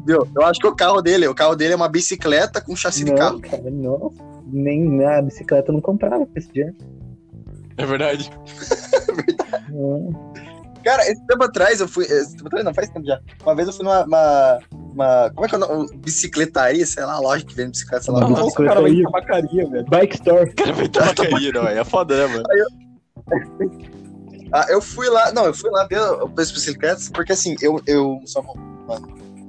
Speaker 1: Viu? Eu acho que o carro dele, o carro dele é uma bicicleta com chassi de carro.
Speaker 4: Não, cara, não. Nem a bicicleta eu não comprava com esse dinheiro.
Speaker 3: É verdade.
Speaker 4: Não.
Speaker 1: Cara, esse tempo atrás eu fui. Esse tempo atrás não, faz tempo já. Uma vez eu fui numa. uma- uma- como é que é o nome? Bicicletaria, sei lá, loja que vende bicicleta, sei lá.
Speaker 4: Uma
Speaker 1: Nossa,
Speaker 2: Nossa, o cara vai em tabacaria, velho.
Speaker 4: Bike Store.
Speaker 3: O cara vai ter uma
Speaker 1: Tá
Speaker 3: caída, velho. É foda, né, mano?
Speaker 1: Ah, eu fui lá, não, eu fui lá ver o preço das bicicletas, porque assim, eu, eu só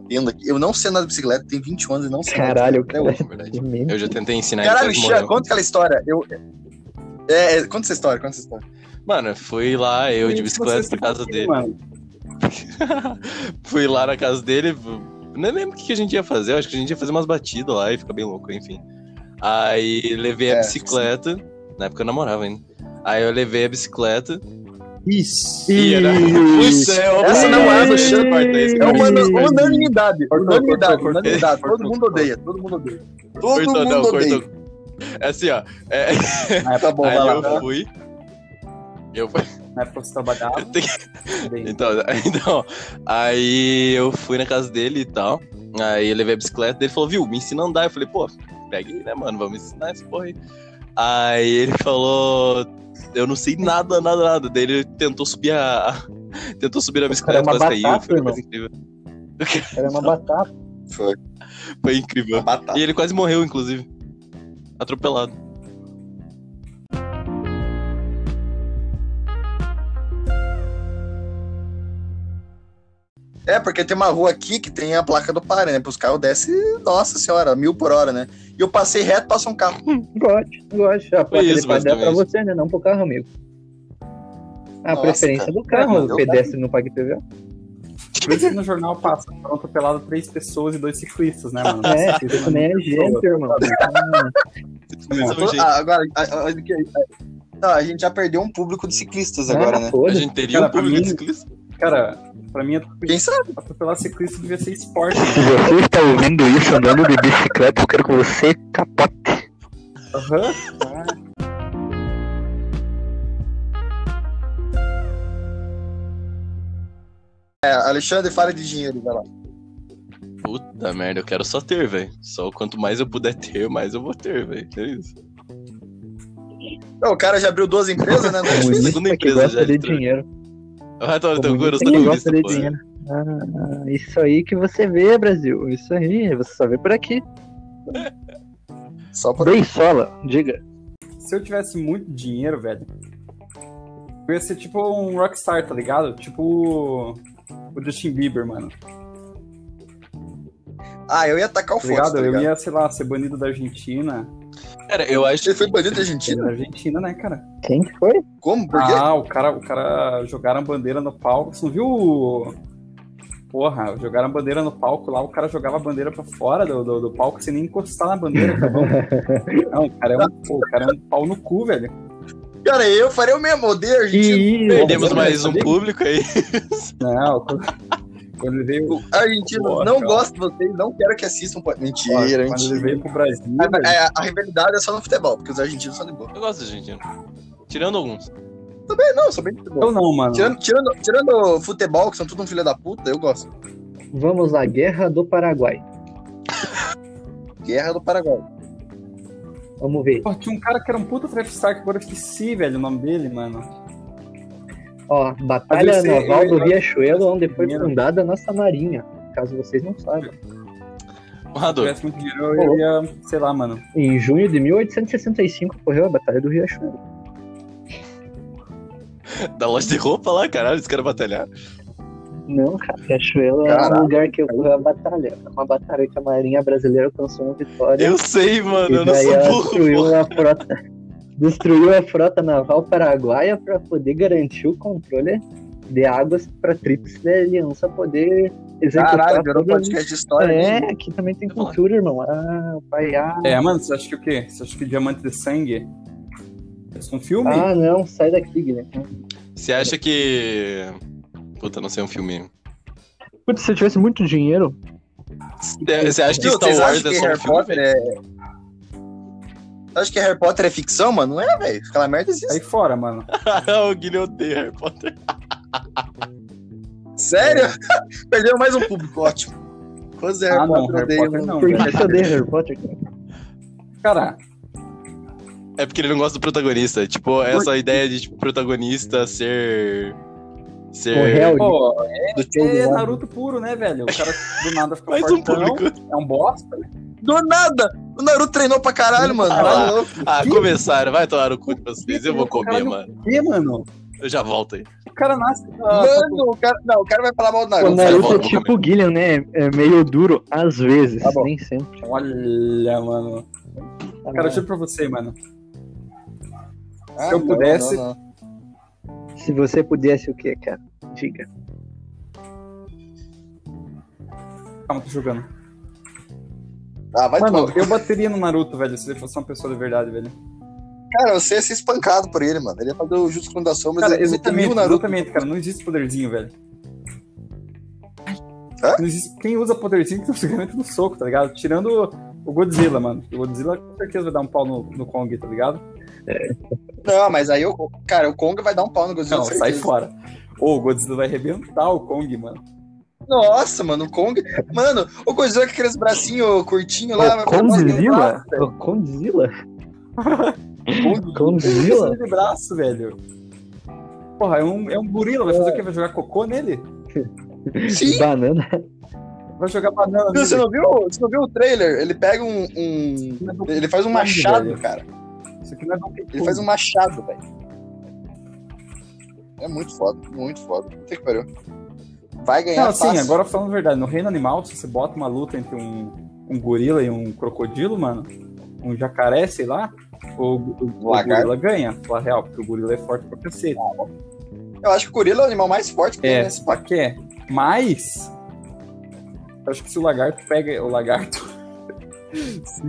Speaker 1: vendo aqui, eu não sei andar de bicicleta, tenho 21 anos e não sei. andar de
Speaker 4: Caralho, o
Speaker 1: bicicleta até
Speaker 4: cara
Speaker 1: hoje.
Speaker 3: É verdade. Eu já tentei ensinar
Speaker 1: Caralho,
Speaker 3: ele mas
Speaker 1: Xan,
Speaker 3: Né, morreu.
Speaker 1: conta aquela história. Eu, é, é, conta essa história, conta essa história.
Speaker 3: Mano, fui lá, eu de
Speaker 2: Gente,
Speaker 3: bicicleta
Speaker 2: vocês
Speaker 3: pra
Speaker 2: estão
Speaker 3: casa
Speaker 2: aqui,
Speaker 3: dele.
Speaker 2: mano.
Speaker 3: fui lá na casa dele. Nem lembro o que que a gente ia fazer. Acho que a gente ia fazer umas batidas lá e ficar bem louco, enfim. Aí levei a
Speaker 1: É,
Speaker 3: bicicleta. Na época eu namorava ainda. Aí eu levei a bicicleta.
Speaker 2: Isso.
Speaker 3: E era. Isso, é óbvio.
Speaker 1: Essa não é do Xan
Speaker 3: Bartles,
Speaker 1: É
Speaker 3: cara.
Speaker 1: uma unanimidade.
Speaker 2: Cortou,
Speaker 1: Unanimidade,
Speaker 2: cortou, cortou.
Speaker 1: unanimidade.
Speaker 2: Cortou,
Speaker 1: Todo mundo
Speaker 2: cortou.
Speaker 1: odeia, todo mundo odeia. Todo
Speaker 3: Cortou, não,
Speaker 1: mundo odeia.
Speaker 3: cortou. É assim, ó. É,
Speaker 2: Ah,
Speaker 1: Tá bom,
Speaker 3: aí
Speaker 1: vai
Speaker 2: né?
Speaker 3: eu
Speaker 1: lá.
Speaker 3: fui. Eu
Speaker 2: Na época você trabalhava.
Speaker 3: Tem
Speaker 2: Bem,
Speaker 3: Então, então, aí eu fui na casa dele e tal. Aí eu levei a bicicleta dele falou, viu, me ensina a andar. Eu falei, pô, pega aí, né, mano? Vamos ensinar essa porra aí. Aí ele falou, eu não sei nada, nada, nada. Daí ele tentou subir a. a- tentou subir a bicicleta,
Speaker 4: cara é uma
Speaker 3: quase caiu.
Speaker 4: batata,
Speaker 3: Foi uma coisa
Speaker 4: irmão.
Speaker 3: incrível.
Speaker 4: Era uma batata.
Speaker 1: Foi.
Speaker 3: Foi incrível.
Speaker 1: Batata.
Speaker 3: E ele quase morreu, inclusive. Atropelado.
Speaker 1: É, porque tem uma rua aqui que tem a placa do pare, né? Pros carros descem, nossa senhora, mil por hora, né? E eu passei reto, passou um carro.
Speaker 4: Gosto, gosto. A placa
Speaker 3: isso,
Speaker 4: de padrão é pra
Speaker 3: basicamente.
Speaker 4: você, né? Não pro carro, amigo. A
Speaker 1: Nossa,
Speaker 4: preferência
Speaker 1: cara. é
Speaker 4: do carro,
Speaker 1: Não,
Speaker 4: o pedestre não paga IPVA.
Speaker 2: por isso que no jornal passa, foram atropeladas três pessoas e dois ciclistas, né, mano?
Speaker 4: É, isso nem é gente, irmão.
Speaker 3: Mas,
Speaker 1: Todo-
Speaker 3: gente,
Speaker 1: ah, agora, a, a- a- que- a- não, a gente já perdeu um público de ciclistas
Speaker 2: É.
Speaker 1: agora, né?
Speaker 3: a
Speaker 4: Foda.
Speaker 3: gente teria
Speaker 2: Cara,
Speaker 3: um
Speaker 2: pra
Speaker 3: público de
Speaker 2: mim-
Speaker 3: ciclista.
Speaker 2: Cara, pra mim,
Speaker 1: Quem sabe?
Speaker 2: atropelar ciclista devia ser esporte. né?
Speaker 5: Se você está ouvindo isso andando de bicicleta, eu quero que você capote.
Speaker 2: Aham.
Speaker 1: É, Alexandre, fala de dinheiro, vai lá.
Speaker 3: Puta merda, eu quero só ter, velho. Só quanto mais eu puder ter, mais eu vou ter, velho. É isso.
Speaker 1: Não, o cara já abriu duas empresas, né? Não,
Speaker 3: segunda
Speaker 4: Comunista que
Speaker 3: empresa já
Speaker 4: gosta de
Speaker 3: entrou.
Speaker 4: dinheiro.
Speaker 3: Vai tomar no teu cu, eu
Speaker 4: Comunista
Speaker 3: sou
Speaker 4: que
Speaker 3: comunista,
Speaker 4: gosta de
Speaker 3: pô.
Speaker 4: dinheiro. Ah, isso aí que você vê, Brasil. Isso aí, você só vê por aqui.
Speaker 1: Só por
Speaker 4: Bem sola, diga.
Speaker 2: Se eu tivesse muito dinheiro, velho, eu ia ser tipo um rockstar, tá ligado? Tipo o Justin Bieber, mano. tá
Speaker 1: Ah, eu ia atacar o
Speaker 2: Tá
Speaker 1: foda,
Speaker 2: ligado?
Speaker 1: tá
Speaker 2: Eu
Speaker 1: ligado?
Speaker 2: ia, sei lá, ser banido da Argentina.
Speaker 3: Cara, eu acho
Speaker 1: Ele foi banido da Argentina?
Speaker 2: Da Argentina, né, cara?
Speaker 4: Quem que foi?
Speaker 1: Como? Por quê?
Speaker 2: Ah, o cara, o cara jogaram bandeira no palco. Você não viu? o- Porra, jogaram bandeira no palco lá, o cara jogava a bandeira pra fora do, do, do palco sem nem encostar na bandeira, tá bom? Não, o cara, é um, pô, o cara é um pau no cu, velho. Ah.
Speaker 1: Cara, eu faria o mesmo, odeio a Argentina.
Speaker 4: Ih,
Speaker 3: Perdemos
Speaker 2: Porra,
Speaker 3: mais
Speaker 2: você
Speaker 3: um
Speaker 2: sabia?
Speaker 3: público aí.
Speaker 2: Não, quando, quando ele veio.
Speaker 1: A Argentina
Speaker 2: Boa,
Speaker 1: não
Speaker 2: cara.
Speaker 1: gosta de vocês, não quero que assistam. pô. Mentira,
Speaker 2: quando ele
Speaker 1: mentira.
Speaker 2: veio pro Brasil.
Speaker 1: A, a- a rivalidade é só no futebol, porque os argentinos são de boa.
Speaker 3: Eu gosto de Argentina. Tirando alguns.
Speaker 1: Também não, eu sou bem de boa.
Speaker 2: Eu não, mano.
Speaker 1: Tirando, tirando, tirando futebol, que são tudo um filho da puta, eu gosto.
Speaker 4: Vamos à Guerra do Paraguai.
Speaker 1: Guerra do Paraguai.
Speaker 4: Vamos ver.
Speaker 2: Pô, tinha um cara que era um puta trapstar que agora eu esqueci, velho, o nome dele, mano.
Speaker 4: Ó, Batalha
Speaker 2: Mas eu sei,
Speaker 4: Naval
Speaker 2: eu-
Speaker 4: do
Speaker 2: eu-
Speaker 4: Riachuelo, onde foi
Speaker 2: Dinheiro.
Speaker 4: fundada a nossa marinha. Caso vocês não saibam.
Speaker 2: Se
Speaker 3: Honrador.
Speaker 2: tivesse muito dinheiro, eu ia, sei lá, mano.
Speaker 4: Em junho de 1865 ocorreu a Batalha do Riachuelo.
Speaker 3: Da loja de roupa lá, caralho, os caras batalharam.
Speaker 4: Não, cara, Riachuelo é
Speaker 1: Caralho.
Speaker 4: um lugar que ocorreu a batalha. É uma batalha que a marinha brasileira alcançou uma vitória.
Speaker 3: Eu sei, mano, eu
Speaker 4: e
Speaker 3: não
Speaker 4: daí
Speaker 3: sou
Speaker 4: ela
Speaker 3: burro,
Speaker 4: destruiu
Speaker 3: pô.
Speaker 4: a frota. Destruiu a frota naval paraguaia para poder garantir o controle de águas para a Tríplice Aliança poder executar.
Speaker 1: Caralho, virou um
Speaker 4: todas as-
Speaker 1: podcast de história.
Speaker 4: É,
Speaker 1: né?
Speaker 4: aqui também tem cultura, irmão. Ah, pai, ah,
Speaker 2: É, mano, você acha que o quê? Você acha que Diamante de Sangue? Isso é um filme?
Speaker 4: ah, não, sai daqui, Guilherme.
Speaker 3: Você acha que. Puta, não sei um filme.
Speaker 4: Putz, se eu tivesse muito dinheiro,
Speaker 3: Você acha que
Speaker 1: Viu,
Speaker 3: Star
Speaker 1: vocês
Speaker 3: Wars
Speaker 1: acham
Speaker 3: é
Speaker 1: que
Speaker 3: só um
Speaker 1: Harry
Speaker 3: filme?
Speaker 1: Potter
Speaker 3: velho?
Speaker 1: é... Vocês acham que Harry Potter é ficção, mano? Não é, velho. Aquela merda existe.
Speaker 2: Aí fora, mano.
Speaker 3: Ah, o Guilherme odeia Harry Potter.
Speaker 1: Sério? Perdeu mais um público, ótimo. Coisa Harry
Speaker 2: Ah, não,
Speaker 1: Potter, eu
Speaker 2: Harry
Speaker 1: odeio.
Speaker 2: Potter não.
Speaker 4: por que
Speaker 2: velho.
Speaker 4: você odeia Harry Potter?
Speaker 2: Cara,
Speaker 3: É porque ele não gosta do protagonista. Tipo, essa ideia de tipo, protagonista ser. Ser.
Speaker 4: O réu
Speaker 2: pô,
Speaker 1: Do tio
Speaker 2: é
Speaker 1: do-
Speaker 2: Naruto puro, né, velho? O cara do nada fica
Speaker 3: Mais um
Speaker 2: fortão,
Speaker 3: público.
Speaker 2: é um bosta. né?
Speaker 1: Do nada! O Naruto treinou pra caralho, mano.
Speaker 3: Ah,
Speaker 1: Tá
Speaker 3: lá.
Speaker 1: louco.
Speaker 3: Ah,
Speaker 2: Que-
Speaker 3: começaram, vai tomar o cu de vocês. Eu vou comer,
Speaker 2: Caralho.
Speaker 3: mano.
Speaker 2: E, mano,
Speaker 3: Eu já volto aí.
Speaker 2: o cara nasce... Ah,
Speaker 1: Mano, o cara, não, o cara vai falar mal do
Speaker 5: Ah,
Speaker 4: O
Speaker 1: Naruto.
Speaker 3: Naruto
Speaker 4: Naruto
Speaker 3: vou-
Speaker 4: é
Speaker 3: vou
Speaker 4: tipo o Guilherme, né? É meio duro, às vezes,
Speaker 2: Tá bom.
Speaker 4: nem sempre.
Speaker 2: Olha, mano. Cara, eu juro pra você, mano.
Speaker 1: Ah,
Speaker 2: se eu
Speaker 1: não,
Speaker 2: pudesse-
Speaker 1: não, não.
Speaker 4: Se você pudesse o quê, cara? Diga.
Speaker 2: Calma, tô jogando.
Speaker 1: Ah, vai
Speaker 2: Mano,
Speaker 1: tomar-
Speaker 2: eu bateria no Naruto, velho, se ele fosse uma pessoa de verdade, velho.
Speaker 1: Cara, você ia ser espancado por ele, mano. Ele ia fazer o Jutsu da Sombra, mas
Speaker 2: Cara,
Speaker 1: ele exatamente,
Speaker 2: exatamente,
Speaker 1: o Naruto.
Speaker 2: exatamente, cara. Não existe poderzinho, velho.
Speaker 1: Hã?
Speaker 2: Não existe... Quem usa poderzinho tem geralmente no soco, tá ligado? Tirando o Godzilla, mano. O Godzilla com certeza vai dar um pau no, no Kong, tá ligado?
Speaker 1: Não, mas aí, o cara, o Kong vai dar um pau no Godzilla.
Speaker 2: Não,
Speaker 1: com
Speaker 2: sai
Speaker 1: certeza.
Speaker 2: fora. Ô, o Godzilla vai arrebentar o Kong, mano.
Speaker 1: Nossa, mano, o Kong. Mano, o Godzilla com aqueles bracinhos curtinhos lá.
Speaker 4: O
Speaker 1: mas- Nossa,
Speaker 4: Condzilla? O Condzilla? Condzilla?
Speaker 2: Ele é de braço, velho. Porra, é um, é um gorila. Vai fazer o quê? Vai jogar cocô nele?
Speaker 1: Sim,
Speaker 4: Banana?
Speaker 2: Vai jogar banana
Speaker 1: você
Speaker 2: nele?
Speaker 1: não viu? Você não viu o trailer? Ele pega um. um-
Speaker 2: Isso aqui não é do-
Speaker 1: Ele faz um machado,
Speaker 2: Velho.
Speaker 1: cara.
Speaker 2: Isso aqui não é do
Speaker 1: Ele faz um machado, velho. É muito foda, muito foda. Puta que pariu. Vai ganhar.
Speaker 2: Não, assim,
Speaker 1: fácil.
Speaker 2: agora falando a verdade, no reino animal, se você bota uma luta entre um, um gorila e um crocodilo, mano, um jacaré, sei lá, o, o, o
Speaker 1: Lagarto.
Speaker 2: gorila ganha, pela real, porque o gorila é forte pra cacete.
Speaker 1: Eu acho que o gorila é o animal mais forte que tem
Speaker 2: É,
Speaker 1: nesse
Speaker 2: só
Speaker 1: pacote.
Speaker 2: que é. Mas, eu acho que se o lagarto pega o lagarto, se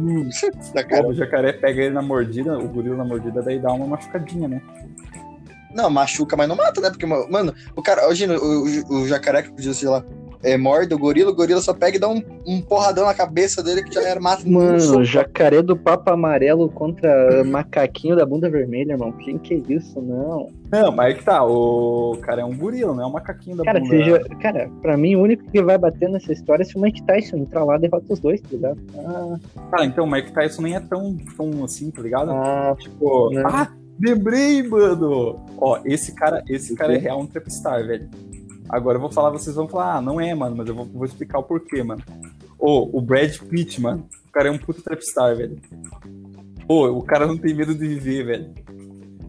Speaker 2: o-
Speaker 1: Da cara.
Speaker 2: o jacaré pega ele na mordida, o gorila na mordida, daí dá uma machucadinha, né?
Speaker 1: Não, machuca, mas não mata, né? Porque, mano, o cara, imagina, o, o, o jacaré que podia, sei lá, é, morde o gorila, o gorila só pega e dá um, um porradão na cabeça dele que já era mata.
Speaker 4: Mano, jacaré do papo amarelo contra macaquinho da bunda vermelha, irmão. Quem que é isso, não?
Speaker 2: Não, mas aí que tá, o cara é um gorila, não é um macaquinho da
Speaker 4: Cara,
Speaker 2: bunda.
Speaker 4: seja, cara, pra mim o único que vai bater nessa história é se o Mike Tyson entrar lá e derrota os dois, tá ligado?
Speaker 2: Cara, então o Mike Tyson nem é tão, tão assim, tá ligado?
Speaker 4: Ah,
Speaker 2: Tipo,
Speaker 4: Né?
Speaker 2: ah, lembrei, mano! Ó, esse cara, esse cara é real um trapstar, velho. Agora eu vou falar, vocês vão falar, ah, não é, mano, mas eu vou, vou explicar o porquê, mano. Ô, o Brad Pitt, mano, o cara é um puto trapstar, velho. Ô, o cara não tem medo de viver, velho.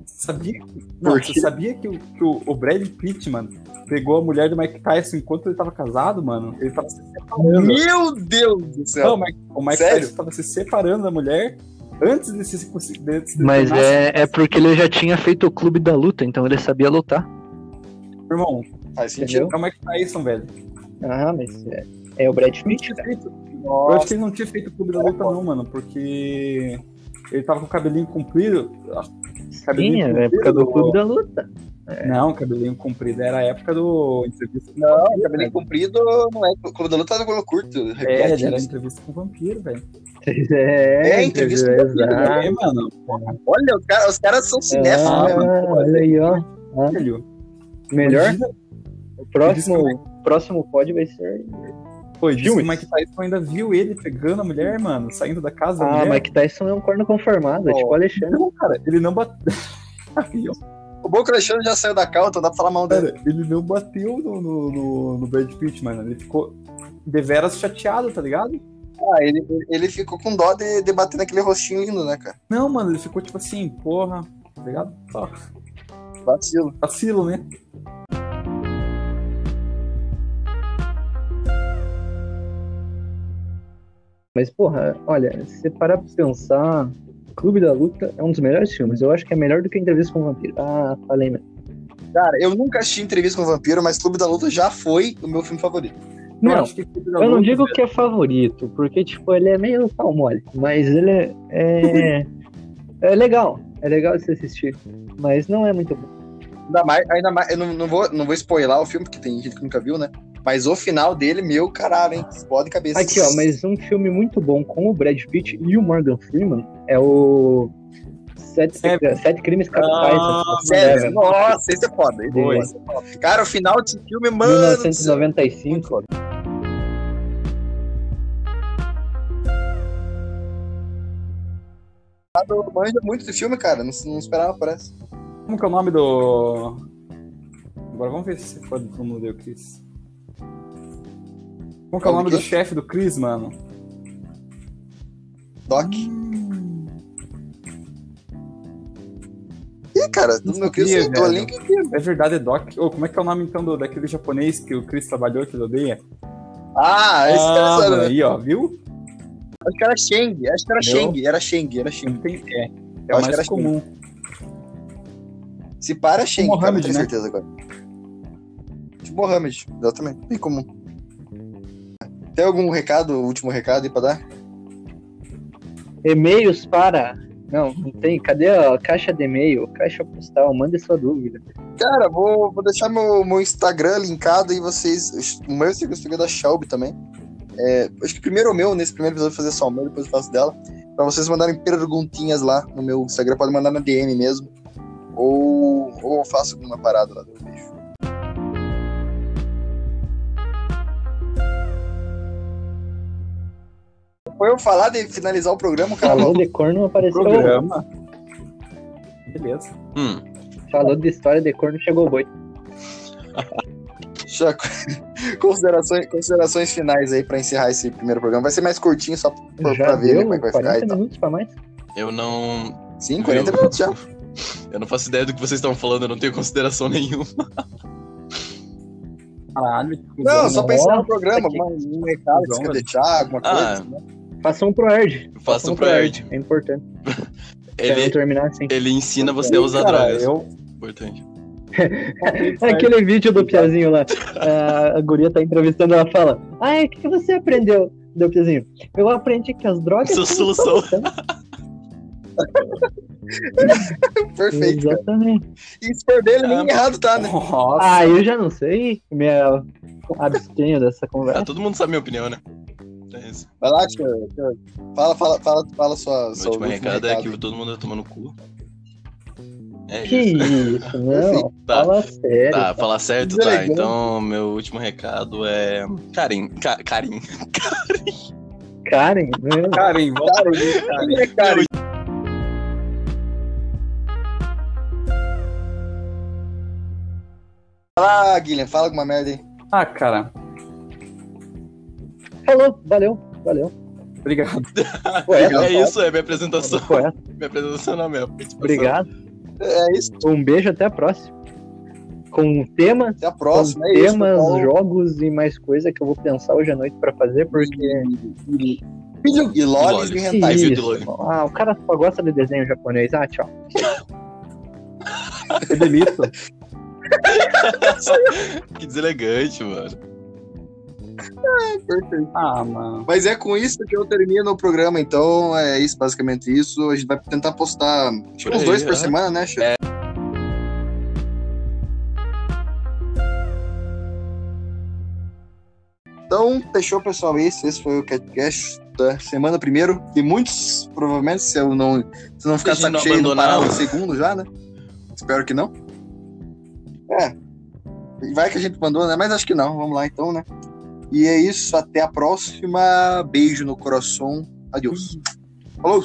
Speaker 2: Sabia? Não,
Speaker 1: Por
Speaker 2: você
Speaker 1: quê?
Speaker 2: sabia que, o, que o, o Brad Pitt, mano, pegou a mulher do Mike Tyson enquanto ele tava casado, mano? Ele tava se separando.
Speaker 1: Meu Deus do
Speaker 2: Não,
Speaker 1: céu.
Speaker 2: o Mike, o Mike
Speaker 1: Sério?
Speaker 2: Tyson tava se separando da mulher antes de se antes de
Speaker 5: Mas
Speaker 2: tornar-se
Speaker 5: é, é porque ele já tinha feito o clube da luta, então ele sabia lutar.
Speaker 2: Irmão,
Speaker 1: Faz sentido.
Speaker 4: entendeu?
Speaker 2: é o Mike Tyson, velho. Eu
Speaker 4: ah mas é, é o Brad
Speaker 2: não
Speaker 4: Pitt,
Speaker 2: tinha
Speaker 4: cara.
Speaker 2: feito. Eu
Speaker 1: Nossa,
Speaker 2: acho que ele não tinha feito o clube da luta, não, mano, porque ele tava com o cabelinho comprido.
Speaker 4: Sim, é a época do clube da luta. É.
Speaker 2: Não, cabelinho comprido era a época do entrevista com
Speaker 1: não,
Speaker 2: vampiro,
Speaker 1: cabelinho
Speaker 2: velho.
Speaker 1: comprido não é. O clube da luta é do cabelo curto.
Speaker 2: É,
Speaker 1: repete
Speaker 2: ele era
Speaker 1: isso.
Speaker 2: entrevista com vampiro, velho.
Speaker 4: É,
Speaker 1: É, entrevista
Speaker 4: entendeu?
Speaker 1: com o Brad
Speaker 4: Exato.
Speaker 2: É, mano,
Speaker 1: Olha, os caras os caras são cinéfilos,
Speaker 4: Ah,
Speaker 1: né, mano?
Speaker 4: olha aí, ó.
Speaker 2: velho.
Speaker 4: Melhor,
Speaker 2: Imagina-
Speaker 4: o
Speaker 2: Diz que
Speaker 4: próximo, o próximo pódio vai ser.
Speaker 2: Pô, diz que
Speaker 4: Filmes.
Speaker 2: o Mike Tyson ainda viu ele pegando a mulher, mano, saindo da casa da
Speaker 4: Ah,
Speaker 2: mulher.
Speaker 4: Mike Tyson é um corno conformado, é
Speaker 1: Ó.
Speaker 4: tipo o Alexandre.
Speaker 2: Não, cara, ele não bateu. Aí, ó.
Speaker 1: O Boca Alexandre já saiu da calça, então dá pra falar mal dele.
Speaker 2: Cara, ele não bateu no, no, no, no Brad Pitt, mano. Ele ficou deveras chateado, tá ligado?
Speaker 1: Ah, ele, ele ficou com dó de, de bater naquele rostinho lindo, né, cara?
Speaker 2: Não, mano, ele ficou tipo assim, porra, tá ligado? Só
Speaker 1: Vacilo.
Speaker 2: vacilo, né?
Speaker 4: Mas, porra, olha, se você parar pra pensar, Clube da Luta é um dos melhores filmes. Eu acho que é melhor do que Entrevista com o Vampiro. Ah, falei mesmo.
Speaker 1: Cara, eu nunca assisti entrevista com o vampiro, mas Clube da Luta já foi o meu filme favorito.
Speaker 4: Não,
Speaker 2: acho que
Speaker 4: eu não digo que é favorito, porque, tipo, ele é meio pau mole. Mas ele é. É, é legal. É legal de se assistir. Mas não é muito bom.
Speaker 1: Ainda mais, ainda mais eu não, não vou, não vou spoilar o filme, porque tem gente que nunca viu, né? Mas o final dele, meu caralho, hein? Explode cabeça.
Speaker 4: Aqui, ó, mas um filme muito bom com o Brad Pitt e o Morgan Freeman é o. Sete,
Speaker 2: Seven.
Speaker 4: Sete Crimes Capitais.
Speaker 2: Ah,
Speaker 1: Sério,
Speaker 4: Seven.
Speaker 1: nossa, esse é foda. esse é
Speaker 4: Oi.
Speaker 1: foda. Cara, o final desse filme, mano. do céu.
Speaker 4: 1995.
Speaker 1: Eu manjo muito do filme, cara. Não, não esperava por essa.
Speaker 2: Como que é o nome do. Agora vamos ver se você foi do mundo deu Chris. Como que é o nome do chefe do Chris, mano?
Speaker 1: Doc. Hum. Ih, cara,
Speaker 2: Não
Speaker 1: do meu Cristo,
Speaker 2: sabia,
Speaker 1: do
Speaker 2: velho.
Speaker 1: Link inteiro.
Speaker 2: É verdade, é Doc. Ô, como é que é o nome então do, daquele japonês que o Chris trabalhou, que ele odeia?
Speaker 1: Ah, esse cara sabe,
Speaker 2: mano,
Speaker 1: né?
Speaker 2: aí, ó, viu?
Speaker 1: Acho que era Sheng. Acho que era
Speaker 2: Entendeu?
Speaker 1: Sheng. Era Sheng, era Sheng.
Speaker 2: Não tem. É, é
Speaker 1: Eu
Speaker 2: o
Speaker 1: acho que era
Speaker 2: mais comum.
Speaker 1: Se para, Sheng, cara, não
Speaker 2: Mohamed,
Speaker 1: tenho
Speaker 2: né?
Speaker 1: certeza agora. Tipo Mohamed, exatamente. Bem comum. Tem algum recado, último recado aí pra dar?
Speaker 4: E-mails para. Não, não tem. Cadê a caixa de e-mail? Caixa postal, manda sua dúvida.
Speaker 1: Cara, vou, vou deixar meu, meu Instagram linkado e vocês. O meu Instagram o Instagram da Shelby também. É, acho que primeiro o meu, nesse primeiro episódio, eu vou fazer só o meu, depois eu faço dela. Pra vocês mandarem perguntinhas lá no meu Instagram, podem mandar na DM mesmo. Ou, ou eu faço alguma parada lá do beijo. Foi eu falar de finalizar o programa, o cara.
Speaker 4: Falou de corno, não apareceu.
Speaker 2: Programa. Beleza.
Speaker 3: Hum,
Speaker 4: Falou de história de corno, chegou o boi.
Speaker 1: Já- considerações, considerações finais aí pra encerrar esse primeiro programa. Vai ser mais curtinho só pra, pra
Speaker 4: Já
Speaker 1: ver
Speaker 4: deu
Speaker 1: como é que vai ficar
Speaker 4: 40
Speaker 1: e tal.
Speaker 4: minutos pra mais?
Speaker 3: eu não.
Speaker 1: Sim, 40
Speaker 3: Meu.
Speaker 1: minutos já.
Speaker 3: Eu não faço ideia do que vocês estão falando, eu não tenho consideração nenhuma.
Speaker 2: Caralho.
Speaker 1: Não, só pra encerrar o
Speaker 4: Nossa,
Speaker 1: programa.
Speaker 4: que
Speaker 1: Uma, um recado que você quer
Speaker 2: cuzão,
Speaker 1: deixar, alguma
Speaker 3: Ah.
Speaker 1: coisa. né?
Speaker 4: Faça um pro Erd.
Speaker 3: Eu faço um
Speaker 4: pro
Speaker 3: pro Erd.
Speaker 4: É importante. Pra não
Speaker 3: Ele,
Speaker 4: terminar assim.
Speaker 3: ele ensina você a usar
Speaker 2: Cara,
Speaker 3: drogas.
Speaker 2: Eu...
Speaker 3: Importante.
Speaker 4: É aquele vídeo do Piazinho lá. A, a guria tá entrevistando, ela fala: Ai, o que, que você aprendeu? Deu Piazinho. Eu aprendi que as drogas.
Speaker 3: Sua
Speaker 4: são uma
Speaker 3: solução."
Speaker 1: Perfeito.
Speaker 4: Exatamente.
Speaker 1: E se perder, ele
Speaker 3: Ah.
Speaker 1: nem errado tá, né?
Speaker 2: Nossa.
Speaker 4: Ah, eu já não sei. Me abstenho dessa
Speaker 3: Ah,
Speaker 4: conversa.
Speaker 3: todo mundo sabe minha opinião, né? É isso.
Speaker 1: Vai lá, tia. tia. Fala, fala, fala, fala sua.
Speaker 3: Meu
Speaker 1: sua
Speaker 3: último
Speaker 1: última
Speaker 3: recado é
Speaker 1: recado.
Speaker 3: que todo mundo tá tomando cu. É
Speaker 4: Que
Speaker 3: isso.
Speaker 4: isso, não.
Speaker 3: Tá.
Speaker 4: Fala sério.
Speaker 3: Tá, falar certo,
Speaker 4: é
Speaker 3: tá.
Speaker 1: Deselegante.
Speaker 3: Então, meu último recado é. Karim. Ka Karim.
Speaker 4: Karen, né?
Speaker 2: Karen, volta pro vídeo, Karen.
Speaker 1: É, cara, Fala, Ah, Guilherme, fala alguma merda aí.
Speaker 2: Ah, cara.
Speaker 4: Falou, valeu, valeu.
Speaker 2: Obrigado.
Speaker 4: Poeta,
Speaker 1: Legal,
Speaker 3: É isso, é minha apresentação.
Speaker 4: poeta.
Speaker 3: Minha apresentação não, minha participação.
Speaker 4: Obrigado.
Speaker 1: É isso,
Speaker 4: Um beijo, até a próxima. Com temas,
Speaker 1: até a próxima.
Speaker 4: com
Speaker 1: É isso.
Speaker 4: temas,
Speaker 1: pessoal.
Speaker 4: jogos e mais coisa que eu vou pensar hoje à noite pra fazer, porque.
Speaker 1: E- E e Lolis e
Speaker 4: Que
Speaker 1: Hentai.
Speaker 3: viu de
Speaker 4: isso,
Speaker 3: longe.
Speaker 4: irmão. Ah, o cara só gosta de desenho japonês. Ah, tchau.
Speaker 2: Eu delito.
Speaker 3: Que deselegante, mano.
Speaker 1: Perfeito.
Speaker 2: Ah, mano.
Speaker 1: Mas é com isso que eu termino o programa, então é isso, basicamente isso. A gente vai tentar postar acho que
Speaker 3: Por
Speaker 1: uns
Speaker 3: aí,
Speaker 1: dois por
Speaker 3: é.
Speaker 1: semana, né, Chico? Então, fechou, pessoal. Esse, esse foi o CatCast da semana primeiro. E muitos, provavelmente, se eu não, se eu não ficar
Speaker 3: Se a
Speaker 1: saco
Speaker 3: gente não
Speaker 1: cheio, não parar
Speaker 3: abandonar
Speaker 1: o
Speaker 3: o-
Speaker 1: segundo já, né? Espero que não. É. Vai que a gente mandou, né? Mas acho que não. Vamos lá, então, né? E é isso. Até a próxima. Beijo no coração. Adeus. Falou!